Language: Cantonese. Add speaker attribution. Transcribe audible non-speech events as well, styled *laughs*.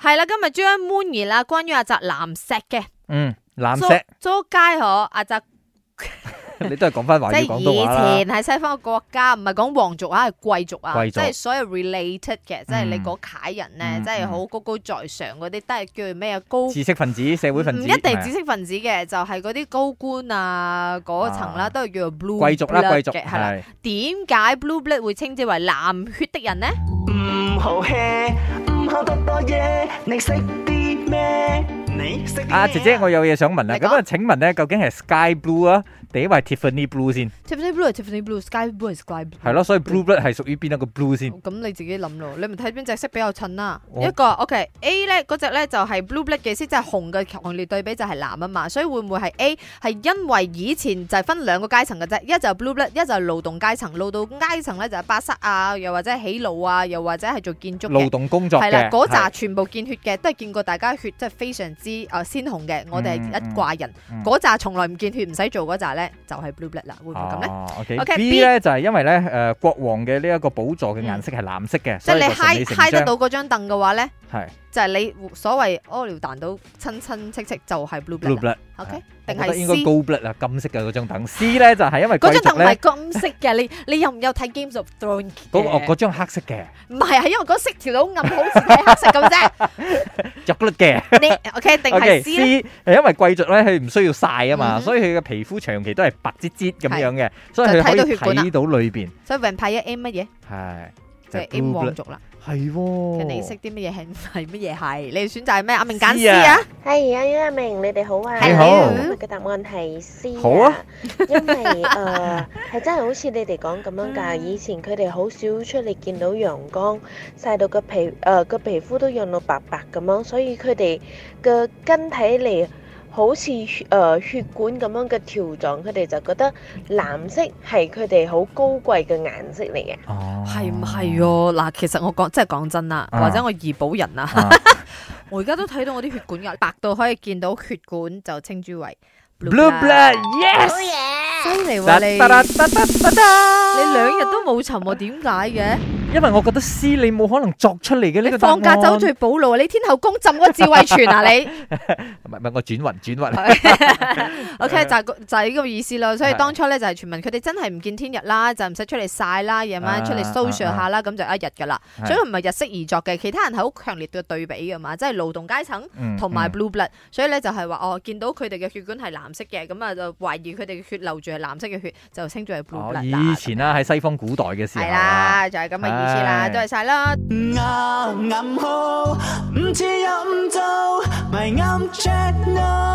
Speaker 1: 係啦，今日將 Moony 啦，關於阿澤藍石嘅
Speaker 2: 嗯，蓝 *laughs* 石，
Speaker 1: 租租街嗬，阿澤
Speaker 2: 你都係講翻華
Speaker 1: 即
Speaker 2: 語
Speaker 1: 係
Speaker 2: 廣
Speaker 1: 以
Speaker 2: 東話啦。
Speaker 1: 前喺西方嘅國家，唔係講皇族啊，係貴族啊，
Speaker 2: 貴
Speaker 1: 即
Speaker 2: 族
Speaker 1: 係所有 related 嘅，即係你
Speaker 2: 嗯
Speaker 1: 嗰楷人咧，
Speaker 2: 嗯
Speaker 1: 即係
Speaker 2: 嗯
Speaker 1: 好高高在上嗰啲，都係叫咩啊高
Speaker 2: 知識分子、社會分子，
Speaker 1: 唔一定
Speaker 2: 係
Speaker 1: 知識分子嘅，就係嗰啲高官啊嗰層啦，
Speaker 2: 啊
Speaker 1: 都係叫做 blue
Speaker 2: 貴族啦，
Speaker 1: blood
Speaker 2: 貴族
Speaker 1: 嘅，係啦。
Speaker 2: 係
Speaker 1: 點解 blue blood 會稱之為藍血的人呢？
Speaker 3: 唔好 hea，唔好多多嘢，你識啲咩？你識啲咩
Speaker 2: 啊，姐姐，我有嘢想問啦。
Speaker 1: 你講
Speaker 2: 咁啊，請問咧，究竟係 Sky Blue 啊，定係 Tiffany Blue 先？
Speaker 1: Tiffany blue 係 Tiffany blue，sky blue 係 sky blue。
Speaker 2: 係咯，所以 Blue Blood 係屬於邊一個 Blue 先？
Speaker 1: 咁你自己諗咯，你咪睇邊隻色比較襯啦。
Speaker 2: 我
Speaker 1: 一個 OK A 咧嗰只咧就係 blue black 嘅色，即係紅嘅強烈對比就係藍啊嘛，所以會唔會係 A 係因為以前就係分兩個階層嘅啫，一就係 blue black，一就係勞動階層。勞動階層咧就係巴塞啊，又或者係起路啊，又或者係做建築嘅
Speaker 2: 勞。動工作
Speaker 1: 係啦，
Speaker 2: 嘅
Speaker 1: 嗰扎全部見血嘅，都係見過大家血，即係非常之誒鮮紅嘅。我哋係一掛人
Speaker 2: 嗯嗯，嗯
Speaker 1: 嗰扎從來唔見血，唔使做嗰扎咧，就係 blue black 啦，會
Speaker 2: À,
Speaker 1: 唔會咁咧？
Speaker 2: o k
Speaker 1: OK，B Ừ.
Speaker 2: B 咧就係因為咧誒國王嘅呢一個寶座嘅顏色係藍色嘅，
Speaker 1: 即係
Speaker 2: 所以
Speaker 1: 你
Speaker 2: 就順
Speaker 1: high
Speaker 2: 理成
Speaker 1: high 得
Speaker 2: 章
Speaker 1: 到嗰張凳嘅話咧。
Speaker 2: 係
Speaker 1: 就係你所謂屙尿彈到親親戚戚就係 blue
Speaker 2: blue
Speaker 1: blood 啦
Speaker 2: blood。
Speaker 1: ，OK？
Speaker 2: 我
Speaker 1: 定
Speaker 2: 覺得應該
Speaker 1: 係 C？
Speaker 2: 高 blood 啊，金色嘅嗰張凳。C 咧就係因為
Speaker 1: 嗰
Speaker 2: 貴
Speaker 1: 張凳
Speaker 2: 族
Speaker 1: 唔係
Speaker 2: 咧，
Speaker 1: 金色嘅，你你有唔有睇 Games of Thrones？
Speaker 2: 嗰個哦嗰
Speaker 1: 嘅
Speaker 2: 張黑色嘅，
Speaker 1: 唔係係因為嗰色條到暗，好似睇黑色咁
Speaker 2: *laughs*
Speaker 1: 啫。
Speaker 2: 朱古力嘅。
Speaker 1: 你 OK？定
Speaker 2: O.K.
Speaker 1: 係 C 咧？
Speaker 2: C 係因為貴族咧，佢唔需要曬啊
Speaker 1: 嗯
Speaker 2: 嘛，
Speaker 1: 哼
Speaker 2: 所以佢嘅皮膚長期都係白唧唧咁樣嘅，所以佢
Speaker 1: 就睇
Speaker 2: 可以
Speaker 1: 到血管啦
Speaker 2: 睇到裏邊
Speaker 1: 所以 Vampire M 乜嘢？
Speaker 2: 係
Speaker 1: 就
Speaker 2: 就
Speaker 1: 係
Speaker 2: 係
Speaker 1: M
Speaker 2: blue
Speaker 1: 皇
Speaker 2: blood
Speaker 1: 族啦。
Speaker 2: 係
Speaker 1: 人
Speaker 2: 喎。
Speaker 1: 哋識啲乜嘢係係乜嘢係？你選擇係咩？阿明揀
Speaker 2: C
Speaker 1: C
Speaker 2: 啊
Speaker 1: 啊？
Speaker 4: 係啊，阿明，你哋好啊！
Speaker 1: 你
Speaker 2: 好
Speaker 4: 今日嘅答案係 C
Speaker 2: 好啊，
Speaker 4: 因為誒係、真係好似你哋講咁樣㗎。以前佢哋好少出嚟見到陽光，曬到個皮誒個、皮膚都潤到白白咁樣，所以佢哋嘅筋睇嚟好似誒、呃血管咁樣嘅條狀，佢哋就覺得藍色係佢哋好高貴嘅顏色嚟嘅。
Speaker 2: 哦
Speaker 1: 係唔係？喎？嗱，其實我講真係講真啦，
Speaker 2: 啊
Speaker 1: 或者我怡保人啊。
Speaker 2: 啊
Speaker 1: *laughs* 我而家都睇到我啲血管噶，白到可以見到血管就稱之為
Speaker 2: Blue blood
Speaker 1: Oh
Speaker 2: yes。
Speaker 1: 犀利
Speaker 2: 得
Speaker 1: 喎你，
Speaker 2: 得得
Speaker 1: 你
Speaker 2: 得得得
Speaker 1: 兩日都冇沉喎，點解
Speaker 2: 因為我覺得 C 你冇可能作出嚟嘅
Speaker 1: 嘅？
Speaker 2: 呢
Speaker 1: 你
Speaker 2: 個
Speaker 1: 放假
Speaker 2: 答案
Speaker 1: 走最補路，你啊天后宮浸嗰智
Speaker 2: *laughs*
Speaker 1: 慧泉啊你
Speaker 2: 唔係唔係我轉雲轉雲，
Speaker 1: ？OK 就係個就係呢個意思啦。所以
Speaker 2: 係
Speaker 1: 當初咧就係傳聞佢哋真係唔見天日啦，就唔使出嚟晒啦，夜晚出嚟
Speaker 2: 啊
Speaker 1: social
Speaker 2: 啊
Speaker 1: 下啦，咁就一日噶啦。
Speaker 2: 係
Speaker 1: 所以佢唔係日式而作嘅，其他人係好強烈嘅對比噶嘛，即係勞動階層。
Speaker 2: 嗯
Speaker 1: 同埋
Speaker 2: 嗯
Speaker 1: blue blood，所以咧就係話哦，見到佢哋嘅血管係藍色嘅，咁啊就懷疑佢哋嘅血流住係藍色嘅血，就稱作係 blue
Speaker 2: 哦
Speaker 1: blood 啦
Speaker 2: 以。前啦喺西方古代嘅時候
Speaker 1: 係啦，
Speaker 2: 啊，
Speaker 1: 就係咁嘅意思啦，
Speaker 2: 係
Speaker 1: 多謝晒啦。
Speaker 3: 啱啱好，唔知飲酒咪啱 check no。